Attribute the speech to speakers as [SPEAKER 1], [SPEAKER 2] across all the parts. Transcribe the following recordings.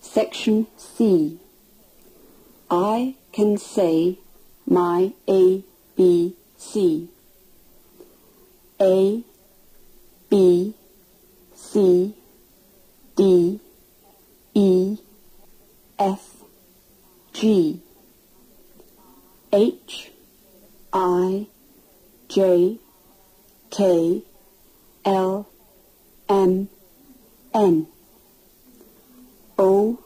[SPEAKER 1] Section C. I can say my A, B, C. A, B, C, D, E, F, G, H, I, J, K, L, M, N, O,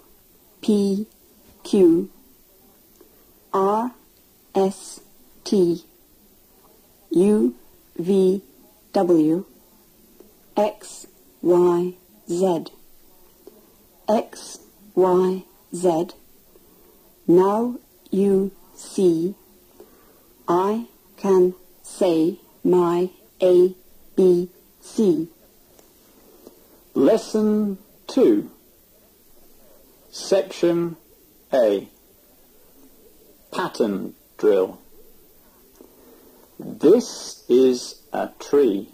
[SPEAKER 1] P, Q, R, S, T, U, V, W, X, Y, Z, X, Y, Z. Now you see, I can say my A, B, C.
[SPEAKER 2] Lesson 2 Section A Pattern Drill This is a tree.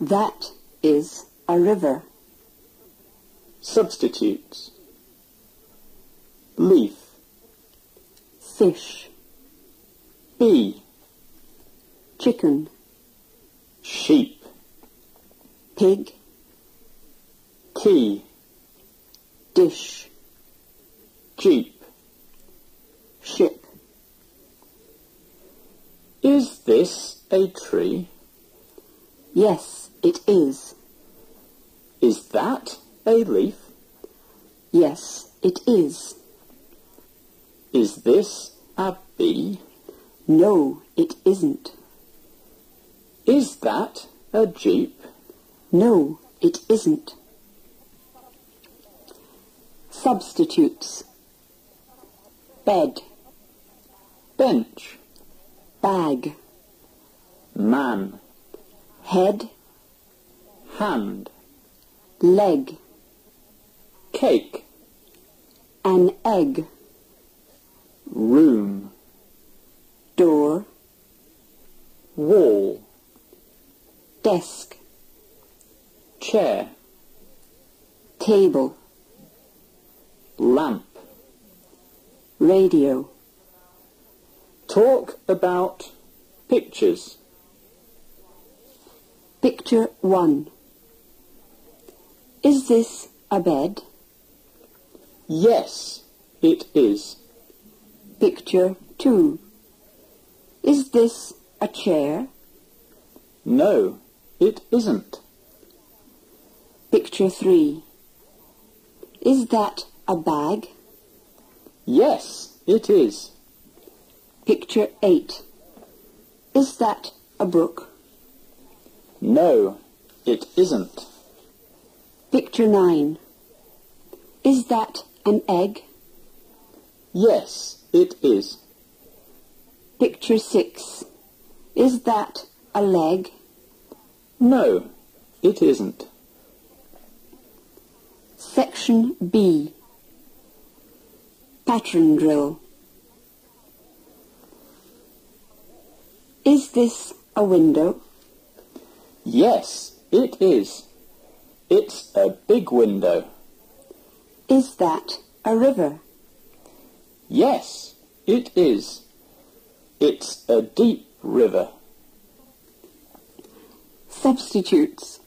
[SPEAKER 1] That is a river.
[SPEAKER 2] Substitutes Leaf
[SPEAKER 1] Fish,
[SPEAKER 2] Bee
[SPEAKER 1] chicken,
[SPEAKER 2] Sheep
[SPEAKER 1] pig,
[SPEAKER 2] Key
[SPEAKER 1] dish,
[SPEAKER 2] Jeep
[SPEAKER 1] ship.
[SPEAKER 2] Is this a tree?
[SPEAKER 1] Yes, it is.
[SPEAKER 2] Is that a leaf?
[SPEAKER 1] Yes, it is.
[SPEAKER 2] Is this a bee?
[SPEAKER 1] No, it isn't.
[SPEAKER 2] Is that a jeep?
[SPEAKER 1] No, it isn't. Substitutes. Bed,
[SPEAKER 2] Bench
[SPEAKER 1] bag,
[SPEAKER 2] Man
[SPEAKER 1] head,
[SPEAKER 2] Hand
[SPEAKER 1] leg,
[SPEAKER 2] Cake
[SPEAKER 1] an egg,
[SPEAKER 2] Room
[SPEAKER 1] door,
[SPEAKER 2] Wall
[SPEAKER 1] desk,
[SPEAKER 2] Chair
[SPEAKER 1] table,
[SPEAKER 2] Lamp
[SPEAKER 1] radio,
[SPEAKER 2] Talk about pictures.
[SPEAKER 1] picture one. Is this a bed?
[SPEAKER 2] Yes, it is.
[SPEAKER 1] Picture two. Is this a chair?
[SPEAKER 2] No, it isn't.
[SPEAKER 1] Picture three. Is that a bag?
[SPEAKER 2] Yes, it is.
[SPEAKER 1] Picture eight. Is that a book?
[SPEAKER 2] No, it isn't.
[SPEAKER 1] Picture nine. Is that an egg?
[SPEAKER 2] Yes, it is.
[SPEAKER 1] Picture six. Is that a leg?
[SPEAKER 2] No, it isn't.
[SPEAKER 1] Section B. Pattern drill. Is this a window?
[SPEAKER 2] Yes, it is. It's a big window.
[SPEAKER 1] Is that a river?
[SPEAKER 2] Yes, it is. It's a deep river.
[SPEAKER 1] Substitutes.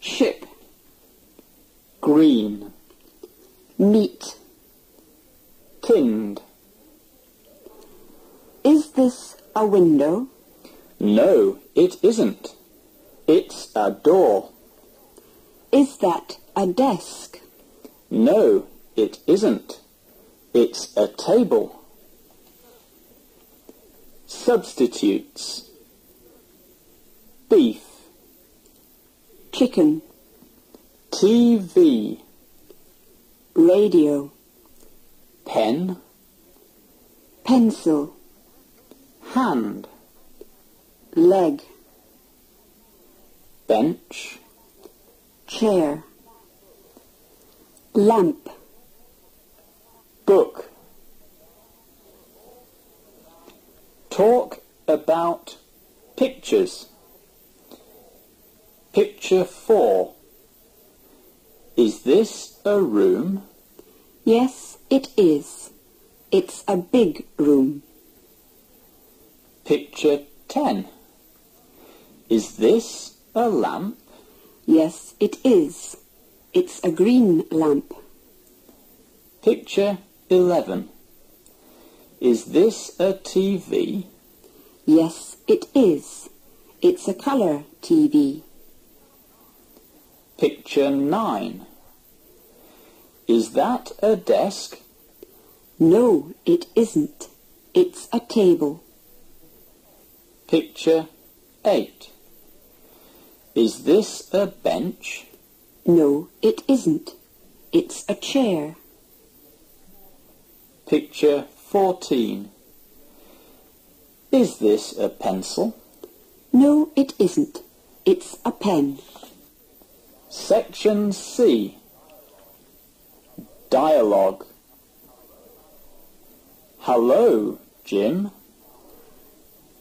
[SPEAKER 1] Ship.
[SPEAKER 2] Green,
[SPEAKER 1] Meat.
[SPEAKER 2] tinned.
[SPEAKER 1] Is this a window?
[SPEAKER 2] No, it isn't. It's a door.
[SPEAKER 1] Is that a desk?
[SPEAKER 2] No, it isn't. It's a table. Substitutes. Beef.
[SPEAKER 1] Chicken.
[SPEAKER 2] TV.
[SPEAKER 1] Radio.
[SPEAKER 2] Pen.
[SPEAKER 1] Pencil.
[SPEAKER 2] Hand.
[SPEAKER 1] Leg.
[SPEAKER 2] Bench.
[SPEAKER 1] Chair. Lamp.
[SPEAKER 2] Book. Talk about pictures. Picture 4. Is this a room?
[SPEAKER 1] Yes, it is. It's a big room.
[SPEAKER 2] Picture 10. Is this a lamp?
[SPEAKER 1] Yes, it is. It's a green lamp.
[SPEAKER 2] Picture 11. Is this a TV?
[SPEAKER 1] Yes, it is. It's a colour TV.
[SPEAKER 2] Picture 9. Is that a desk?
[SPEAKER 1] No, it isn't. It's a table.
[SPEAKER 2] Picture 8. Is this a bench?
[SPEAKER 1] No, it isn't. It's a chair.
[SPEAKER 2] Picture 14. Is this a pencil?
[SPEAKER 1] No, it isn't. It's a pen.
[SPEAKER 2] Section C. Dialogue. Hello, Jim.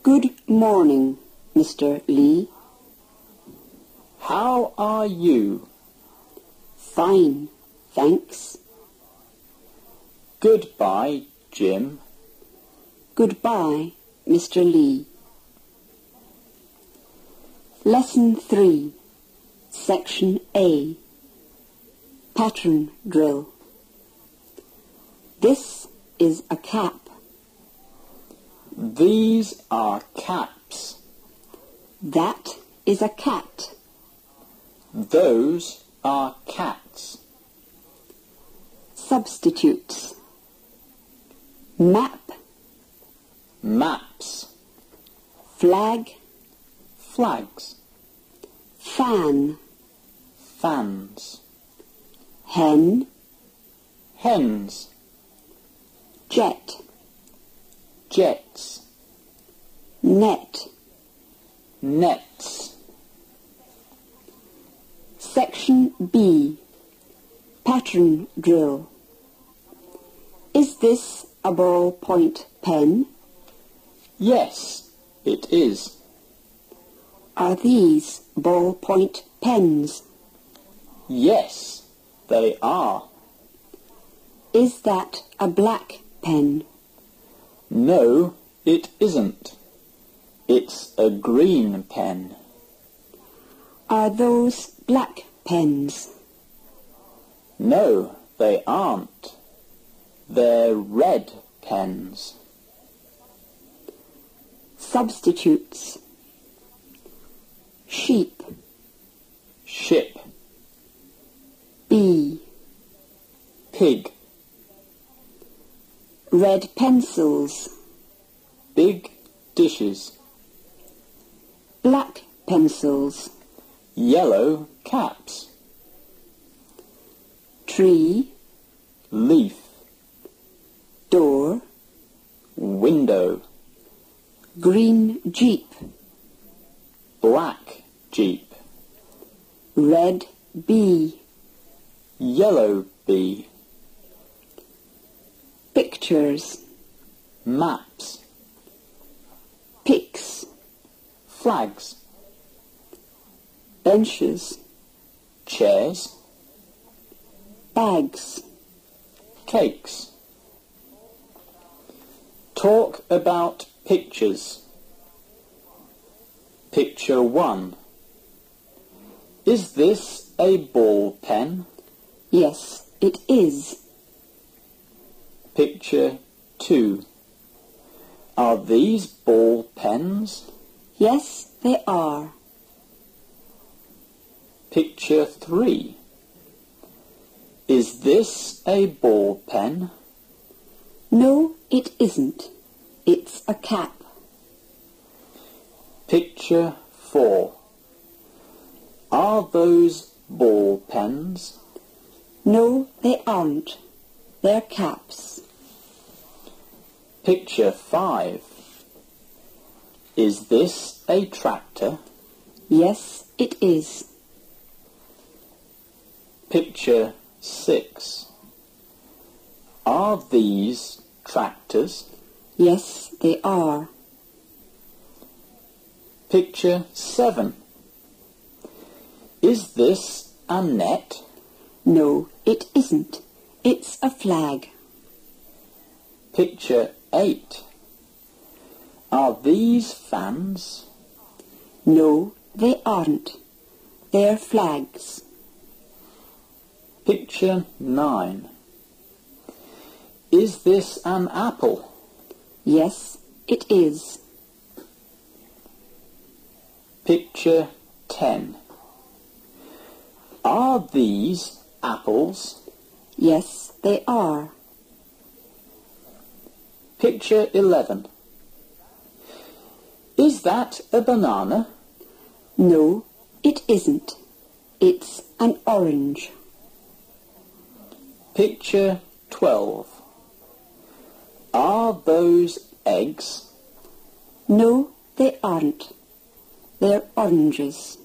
[SPEAKER 1] Good morning, Mr. Lee.
[SPEAKER 2] How are you?
[SPEAKER 1] Fine, thanks.
[SPEAKER 2] Goodbye, Jim.
[SPEAKER 1] Goodbye, Mr. Lee. Lesson 3, Section A. Pattern Drill. This is a cap.
[SPEAKER 2] These are caps.
[SPEAKER 1] That is a cat.
[SPEAKER 2] Those are cats.
[SPEAKER 1] Substitutes. Map,
[SPEAKER 2] Maps.
[SPEAKER 1] flag,
[SPEAKER 2] Flags.
[SPEAKER 1] fan,
[SPEAKER 2] Fans.
[SPEAKER 1] hen,
[SPEAKER 2] Hens.
[SPEAKER 1] jet,
[SPEAKER 2] Jets.
[SPEAKER 1] net.
[SPEAKER 2] Nets.
[SPEAKER 1] Section B. Pattern drill. Is this a ballpoint pen?
[SPEAKER 2] Yes, it is.
[SPEAKER 1] Are these ballpoint pens?
[SPEAKER 2] Yes, they are.
[SPEAKER 1] Is that a black pen?
[SPEAKER 2] No, it isn't. It's a green pen.
[SPEAKER 1] Are those black pens?
[SPEAKER 2] No, they aren't. They're red pens.
[SPEAKER 1] Substitutes. Sheep.
[SPEAKER 2] Ship.
[SPEAKER 1] Bee.
[SPEAKER 2] Pig.
[SPEAKER 1] Red pencils.
[SPEAKER 2] Big dishes.
[SPEAKER 1] Black pencils.
[SPEAKER 2] Yellow caps.
[SPEAKER 1] Tree.
[SPEAKER 2] Leaf.
[SPEAKER 1] Door.
[SPEAKER 2] Window.
[SPEAKER 1] Green jeep.
[SPEAKER 2] Black jeep.
[SPEAKER 1] Red bee.
[SPEAKER 2] Yellow bee.
[SPEAKER 1] Pictures.
[SPEAKER 2] Maps.
[SPEAKER 1] Picks.
[SPEAKER 2] Flags.
[SPEAKER 1] Benches.
[SPEAKER 2] Chairs.
[SPEAKER 1] Bags.
[SPEAKER 2] Cakes. Talk about pictures. Picture 1. Is this a ball pen?
[SPEAKER 1] Yes, it is.
[SPEAKER 2] Picture 2. Are these ball pens?
[SPEAKER 1] Yes, they are.
[SPEAKER 2] Picture 3. Is this a ball pen?
[SPEAKER 1] No, it isn't. It's a cap.
[SPEAKER 2] Picture 4. Are those ball pens?
[SPEAKER 1] No, they aren't. They're caps.
[SPEAKER 2] Picture 5. Is this a tractor?
[SPEAKER 1] Yes, it is.
[SPEAKER 2] Picture 6. Are these tractors?
[SPEAKER 1] Yes, they are.
[SPEAKER 2] Picture 7. Is this a net?
[SPEAKER 1] No, it isn't. It's a flag.
[SPEAKER 2] Picture 8. Are these fans?
[SPEAKER 1] No, they aren't. They're flags.
[SPEAKER 2] Picture 9. Is this an apple?
[SPEAKER 1] Yes, it is.
[SPEAKER 2] Picture 10. Are these apples?
[SPEAKER 1] Yes, they are.
[SPEAKER 2] Picture 11. Is that a banana?
[SPEAKER 1] No, it isn't. It's an orange.
[SPEAKER 2] Picture 12. Are those eggs?
[SPEAKER 1] No, they aren't. They're oranges.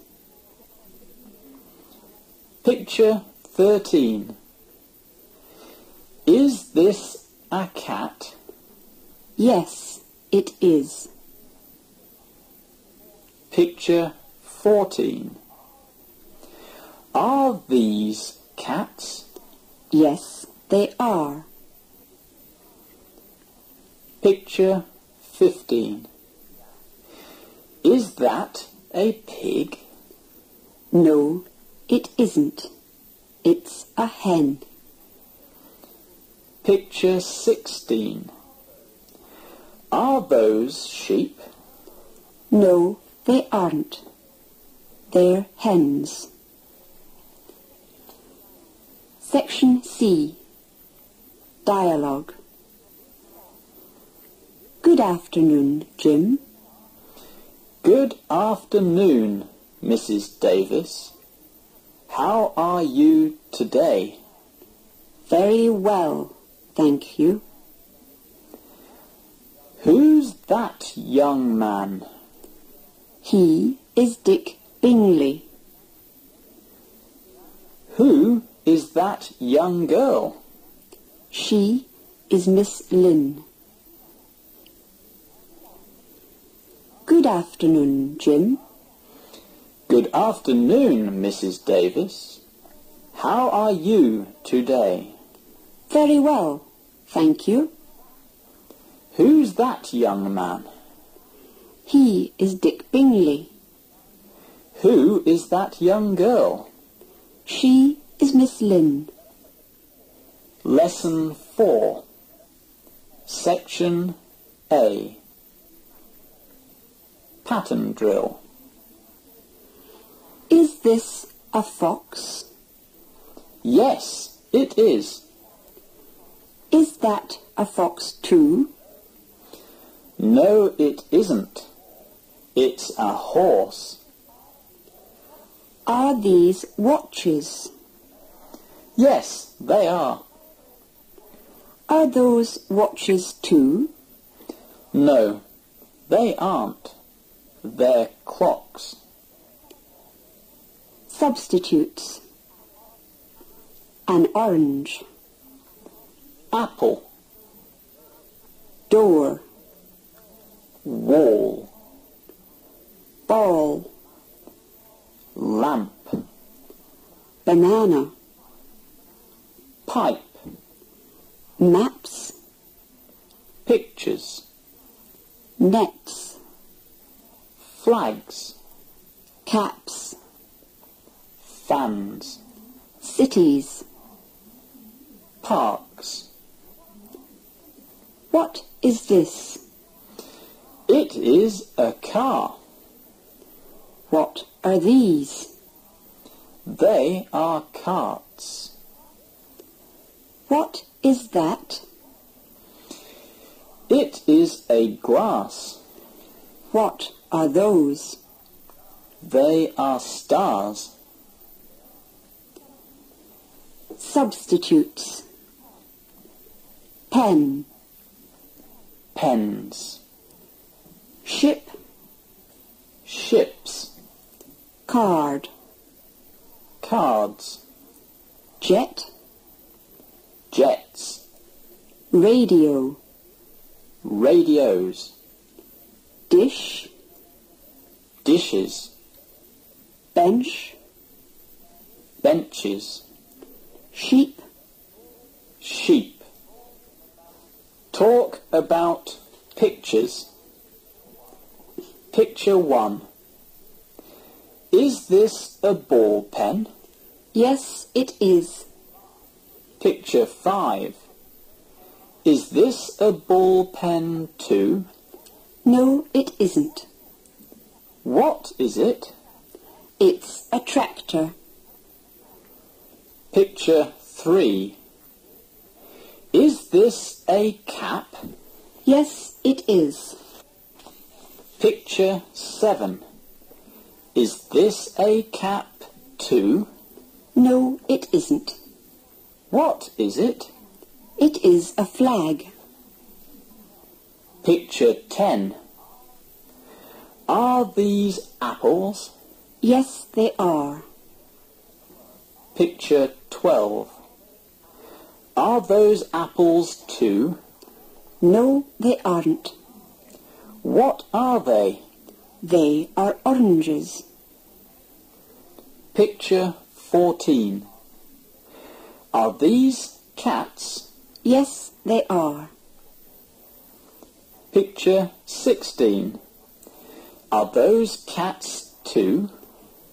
[SPEAKER 2] Picture 13. Is this a cat?
[SPEAKER 1] Yes, it is.
[SPEAKER 2] Picture 14. Are these cats?
[SPEAKER 1] Yes, they are.
[SPEAKER 2] Picture 15. Is that a pig?
[SPEAKER 1] No, it isn't. It's a hen.
[SPEAKER 2] Picture 16. Are those sheep?
[SPEAKER 1] No, they aren't. They're hens. Section C. Dialogue. Good afternoon, Jim.
[SPEAKER 2] Good afternoon, Mrs. Davis. How are you today?
[SPEAKER 1] Very well, thank you.
[SPEAKER 2] Who's that young man?
[SPEAKER 1] He is Dick Bingley.
[SPEAKER 2] Who is that young girl?
[SPEAKER 1] She is Miss Lynn. Good afternoon, Jim.
[SPEAKER 2] Good afternoon, Mrs. Davis. How are you today?
[SPEAKER 1] Very well, thank you.
[SPEAKER 2] Who's that young man?
[SPEAKER 1] He is Dick Bingley.
[SPEAKER 2] Who is that young girl?
[SPEAKER 1] She is Miss Lynn.
[SPEAKER 2] Lesson 4. Section A. Pattern drill.
[SPEAKER 1] Is this a fox?
[SPEAKER 2] Yes, it is.
[SPEAKER 1] Is that a fox too?
[SPEAKER 2] No, it isn't. It's a horse.
[SPEAKER 1] Are these watches?
[SPEAKER 2] Yes, they are.
[SPEAKER 1] Are those watches too?
[SPEAKER 2] No, they aren't. They're clocks.
[SPEAKER 1] Substitutes. An orange.
[SPEAKER 2] Apple,
[SPEAKER 1] Door.
[SPEAKER 2] wall,
[SPEAKER 1] Ball.
[SPEAKER 2] lamp,
[SPEAKER 1] Banana.
[SPEAKER 2] pipe,
[SPEAKER 1] Maps.
[SPEAKER 2] pictures,
[SPEAKER 1] Nets.
[SPEAKER 2] flags,
[SPEAKER 1] Caps.
[SPEAKER 2] fans,
[SPEAKER 1] Cities.
[SPEAKER 2] parks.
[SPEAKER 1] What is this?
[SPEAKER 2] It is a car.
[SPEAKER 1] What are these?
[SPEAKER 2] They are carts.
[SPEAKER 1] What is that?
[SPEAKER 2] It is a grass.
[SPEAKER 1] What are those?
[SPEAKER 2] They are stars.
[SPEAKER 1] Substitutes. Pen.
[SPEAKER 2] Pens,
[SPEAKER 1] Ship.
[SPEAKER 2] ships,
[SPEAKER 1] Card.
[SPEAKER 2] cards,
[SPEAKER 1] Jet.
[SPEAKER 2] jets,
[SPEAKER 1] Radio.
[SPEAKER 2] radios,
[SPEAKER 1] Dish.
[SPEAKER 2] dishes,
[SPEAKER 1] Bench.
[SPEAKER 2] benches,
[SPEAKER 1] sheep,
[SPEAKER 2] Sheep. Talk about pictures. Picture one. Is this a ball pen?
[SPEAKER 1] yes, it is,
[SPEAKER 2] Picture five. Is this a ball pen too?
[SPEAKER 1] no, it isn't,
[SPEAKER 2] What is it?
[SPEAKER 1] it's a tractor,
[SPEAKER 2] Picture three. Is this a cap?
[SPEAKER 1] yes, it is,
[SPEAKER 2] Picture 7. Is this a cap 2?
[SPEAKER 1] no, it isn't,
[SPEAKER 2] What is it?
[SPEAKER 1] it is a flag,
[SPEAKER 2] Picture 10. Are these apples?
[SPEAKER 1] yes, they are,
[SPEAKER 2] Picture 12. Are those apples 2?
[SPEAKER 1] no, they aren't,
[SPEAKER 2] What are they?
[SPEAKER 1] they are oranges,
[SPEAKER 2] Picture 14. Are these cats?
[SPEAKER 1] yes, they are,
[SPEAKER 2] Picture 16. Are those cats 2?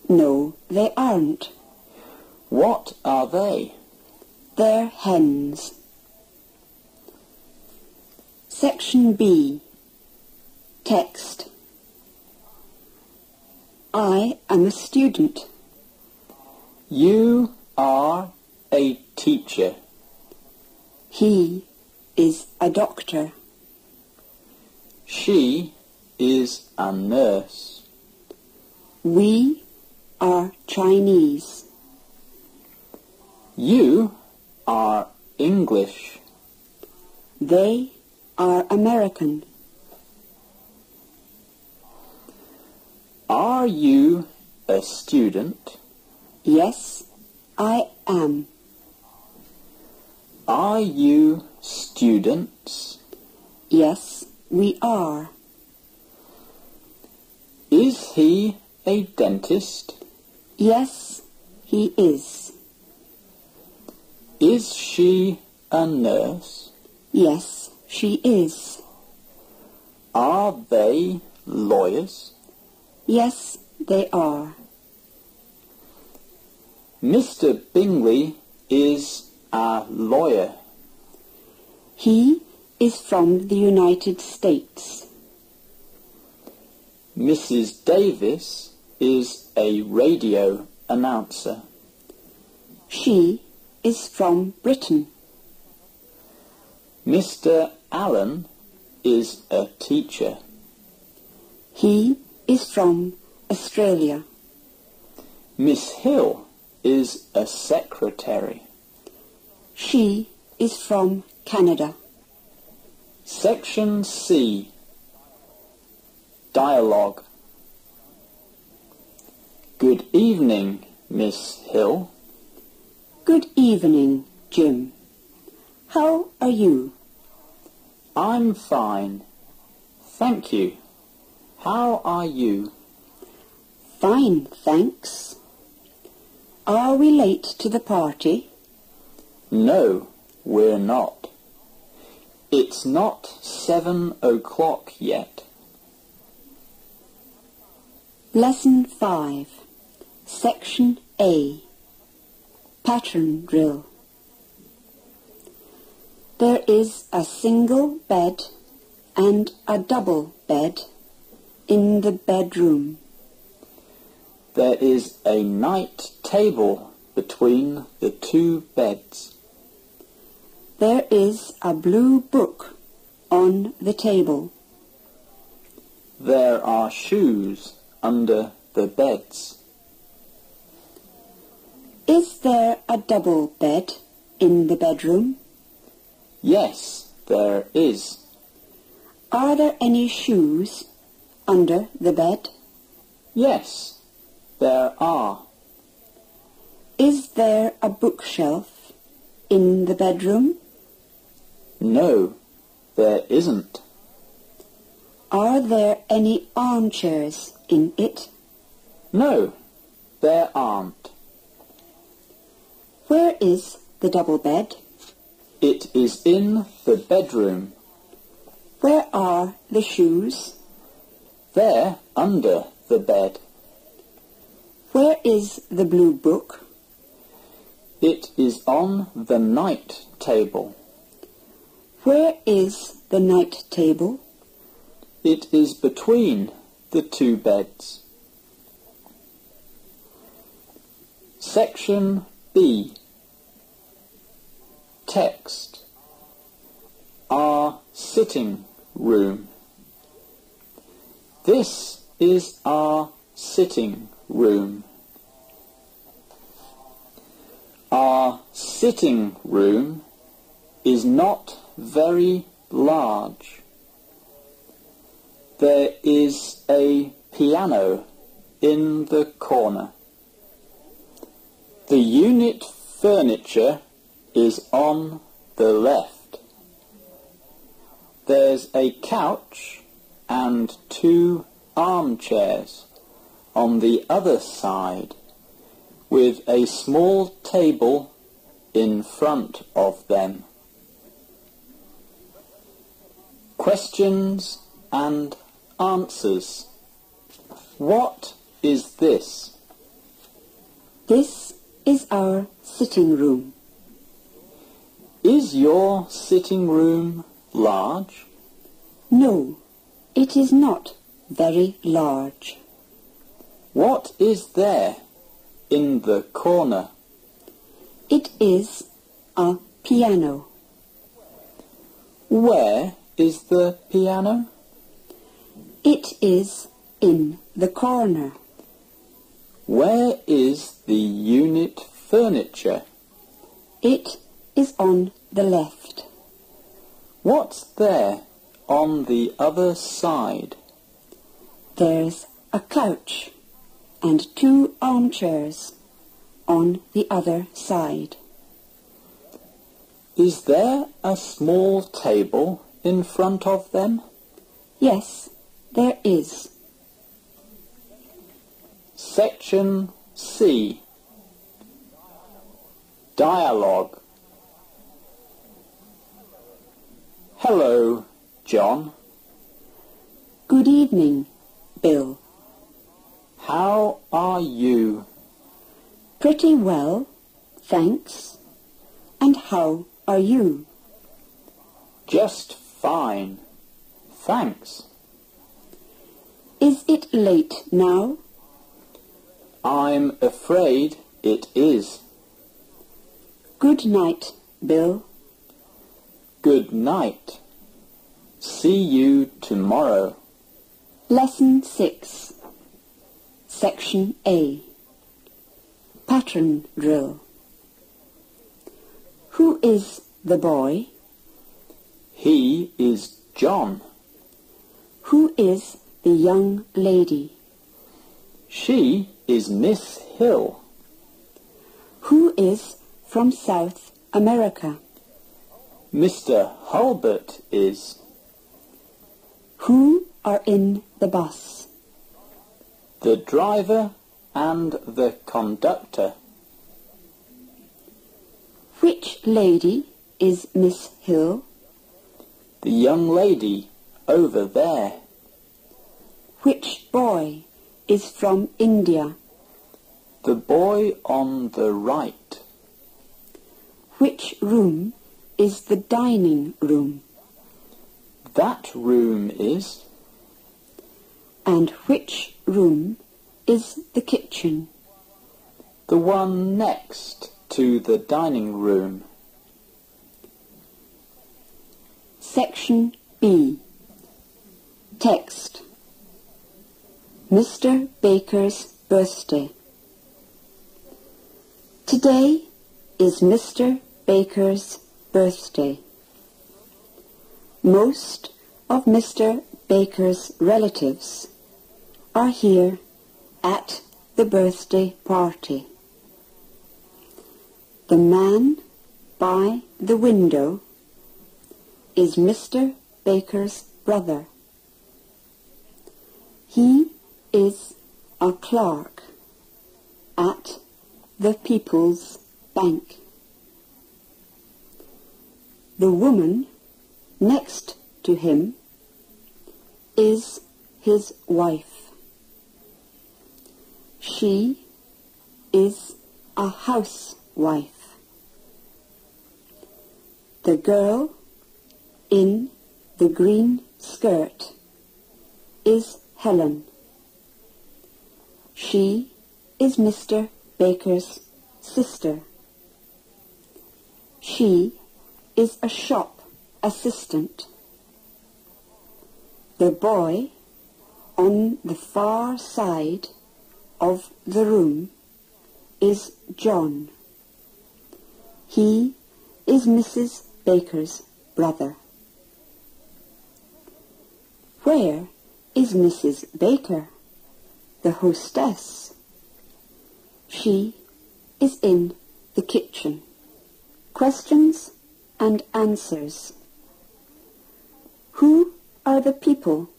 [SPEAKER 1] no, they aren't,
[SPEAKER 2] What are they?
[SPEAKER 1] they're hens. Section B. Text. I am a student.
[SPEAKER 2] You are a teacher.
[SPEAKER 1] He is a doctor.
[SPEAKER 2] She is a nurse.
[SPEAKER 1] We are Chinese.
[SPEAKER 2] You are English.
[SPEAKER 1] They are American.
[SPEAKER 2] Are you a student?
[SPEAKER 1] Yes, I am.
[SPEAKER 2] Are you students?
[SPEAKER 1] Yes, we are.
[SPEAKER 2] Is he a dentist?
[SPEAKER 1] Yes, he is.
[SPEAKER 2] Is she a nurse?
[SPEAKER 1] Yes, she is.
[SPEAKER 2] Are they lawyers?
[SPEAKER 1] Yes, they are.
[SPEAKER 2] Mr. Bingley is a lawyer.
[SPEAKER 1] He is from the United States.
[SPEAKER 2] Mrs. Davis is a radio announcer.
[SPEAKER 1] She is from Britain.
[SPEAKER 2] Mr. Allen is a teacher.
[SPEAKER 1] He is from Australia.
[SPEAKER 2] Miss Hill is a secretary.
[SPEAKER 1] She is from Canada.
[SPEAKER 2] Section C. Dialogue. Good evening, Miss Hill.
[SPEAKER 1] Good evening, Jim. How are you?
[SPEAKER 2] I'm fine. Thank you. How are you?
[SPEAKER 1] Fine, thanks. Are we late to the party?
[SPEAKER 2] No, we're not. It's not seven o'clock yet.
[SPEAKER 1] Lesson 5. Section A. Pattern Drill. There is a single bed and a double bed in the bedroom.
[SPEAKER 2] There is a night table between the two beds.
[SPEAKER 1] There is a blue book on the table.
[SPEAKER 2] There are shoes under the beds.
[SPEAKER 1] Is there a double bed in the bedroom?
[SPEAKER 2] Yes, there is.
[SPEAKER 1] Are there any shoes under the bed?
[SPEAKER 2] Yes, there are.
[SPEAKER 1] Is there a bookshelf in the bedroom?
[SPEAKER 2] No, there isn't.
[SPEAKER 1] Are there any armchairs in it?
[SPEAKER 2] No, there aren't.
[SPEAKER 1] Where is the double bed?
[SPEAKER 2] It is in the bedroom.
[SPEAKER 1] Where are the shoes?
[SPEAKER 2] They're under the bed.
[SPEAKER 1] Where is the blue book?
[SPEAKER 2] It is on the night table.
[SPEAKER 1] Where is the night table?
[SPEAKER 2] It is between the two beds. Section B. Text. Our sitting room. This is our sitting room. Our sitting room is not very large. There is a piano in the corner. The unit furniture is on the left. There's a couch and two armchairs on the other side with a small table in front of them. Questions and answers. What is this?
[SPEAKER 1] This is our sitting room.
[SPEAKER 2] Is your sitting room large?
[SPEAKER 1] No, it is not very large.
[SPEAKER 2] What is there in the corner?
[SPEAKER 1] It is a piano
[SPEAKER 2] Where is the piano?
[SPEAKER 1] It is in the corner.
[SPEAKER 2] Where is the unit furniture?
[SPEAKER 1] It is on the left.
[SPEAKER 2] What's there on the other side?
[SPEAKER 1] There's a couch and two armchairs on the other side.
[SPEAKER 2] Is there a small table in front of them?
[SPEAKER 1] Yes, there is.
[SPEAKER 2] Section C. Dialogue. Hello, John.
[SPEAKER 1] Good evening, Bill.
[SPEAKER 2] How are you?
[SPEAKER 1] Pretty well, thanks. And how are you?
[SPEAKER 2] Just fine. Thanks.
[SPEAKER 1] Is it late now?
[SPEAKER 2] I'm afraid it is.
[SPEAKER 1] Good night, Bill.
[SPEAKER 2] Good night. See you tomorrow.
[SPEAKER 1] Lesson 6. Section A. Pattern Drill. Who is the boy?
[SPEAKER 2] He is John.
[SPEAKER 1] Who is the young lady?
[SPEAKER 2] She is Miss Hill.
[SPEAKER 1] Who is from South America?
[SPEAKER 2] Mr. Hulbert is.
[SPEAKER 1] Who are in the bus?
[SPEAKER 2] The driver and the conductor.
[SPEAKER 1] Which lady is Miss Hill?
[SPEAKER 2] The young lady over there.
[SPEAKER 1] Which boy is from India?
[SPEAKER 2] The boy on the right.
[SPEAKER 1] Which room is the dining room?
[SPEAKER 2] That room is.
[SPEAKER 1] And which room is the kitchen?
[SPEAKER 2] The one next to the dining room.
[SPEAKER 1] Section B. Text. Mr. Baker's birthday. Today is Mr. Baker's birthday. Most of Mr. Baker's relatives are here at the birthday party. The man by the window is Mr. Baker's brother. He is a clerk at the People's Bank. The woman next to him is his wife. She is a housewife. The girl in the green skirt is Helen. She is Mr. Baker's sister. She is a shop assistant. The boy on the far side of the room is John. He is Mrs. Baker's brother. Where is Mrs. Baker, the hostess? She is in the kitchen. Questions and answers. Who are the people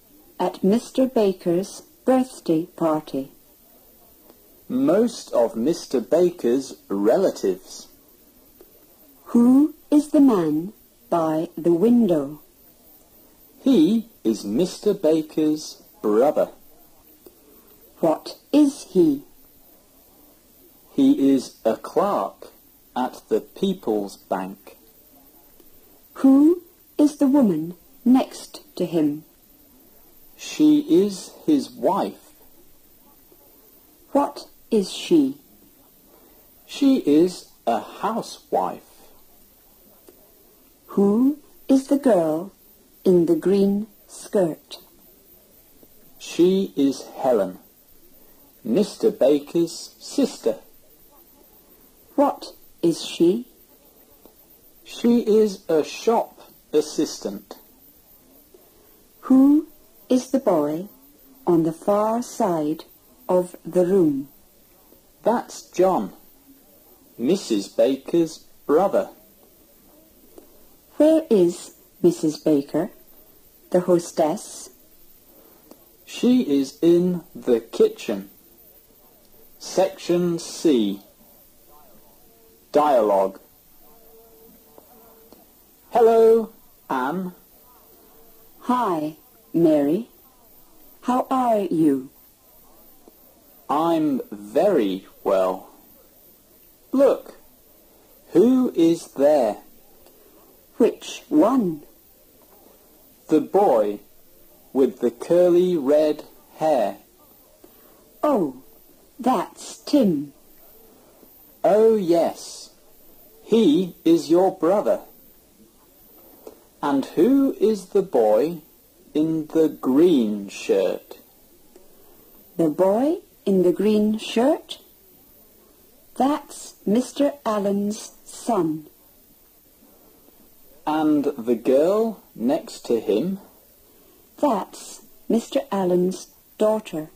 [SPEAKER 1] at Mr. Baker's birthday party?
[SPEAKER 2] Most of Mr. Baker's relatives.
[SPEAKER 1] Who is the man by the window?
[SPEAKER 2] He is Mr. Baker's brother.
[SPEAKER 1] What is he?
[SPEAKER 2] He is a clerk at the People's Bank.
[SPEAKER 1] Who is the woman next to him?
[SPEAKER 2] She is his wife.
[SPEAKER 1] What is she?
[SPEAKER 2] She is a housewife.
[SPEAKER 1] Who is the girl in the green skirt?
[SPEAKER 2] She is Helen, Mr. Baker's sister.
[SPEAKER 1] What is she?
[SPEAKER 2] She is a shop assistant.
[SPEAKER 1] Who is the boy on the far side of the room?
[SPEAKER 2] That's John, Mrs. Baker's brother.
[SPEAKER 1] Where is Mrs. Baker, the hostess?
[SPEAKER 2] She is in the kitchen. Section C. Dialogue. Hello, Anne.
[SPEAKER 1] Hi, Mary. How are you?
[SPEAKER 2] I'm very well. Look, who is there?
[SPEAKER 1] Which one?
[SPEAKER 2] The boy with the curly red hair.
[SPEAKER 1] Oh, that's Tim.
[SPEAKER 2] Oh, yes. He is your brother. And who is the boy in the green shirt?
[SPEAKER 1] The boy in the green shirt? That's Mr. Allen's son.
[SPEAKER 2] And the girl next to him?
[SPEAKER 1] That's Mr. Allen's daughter.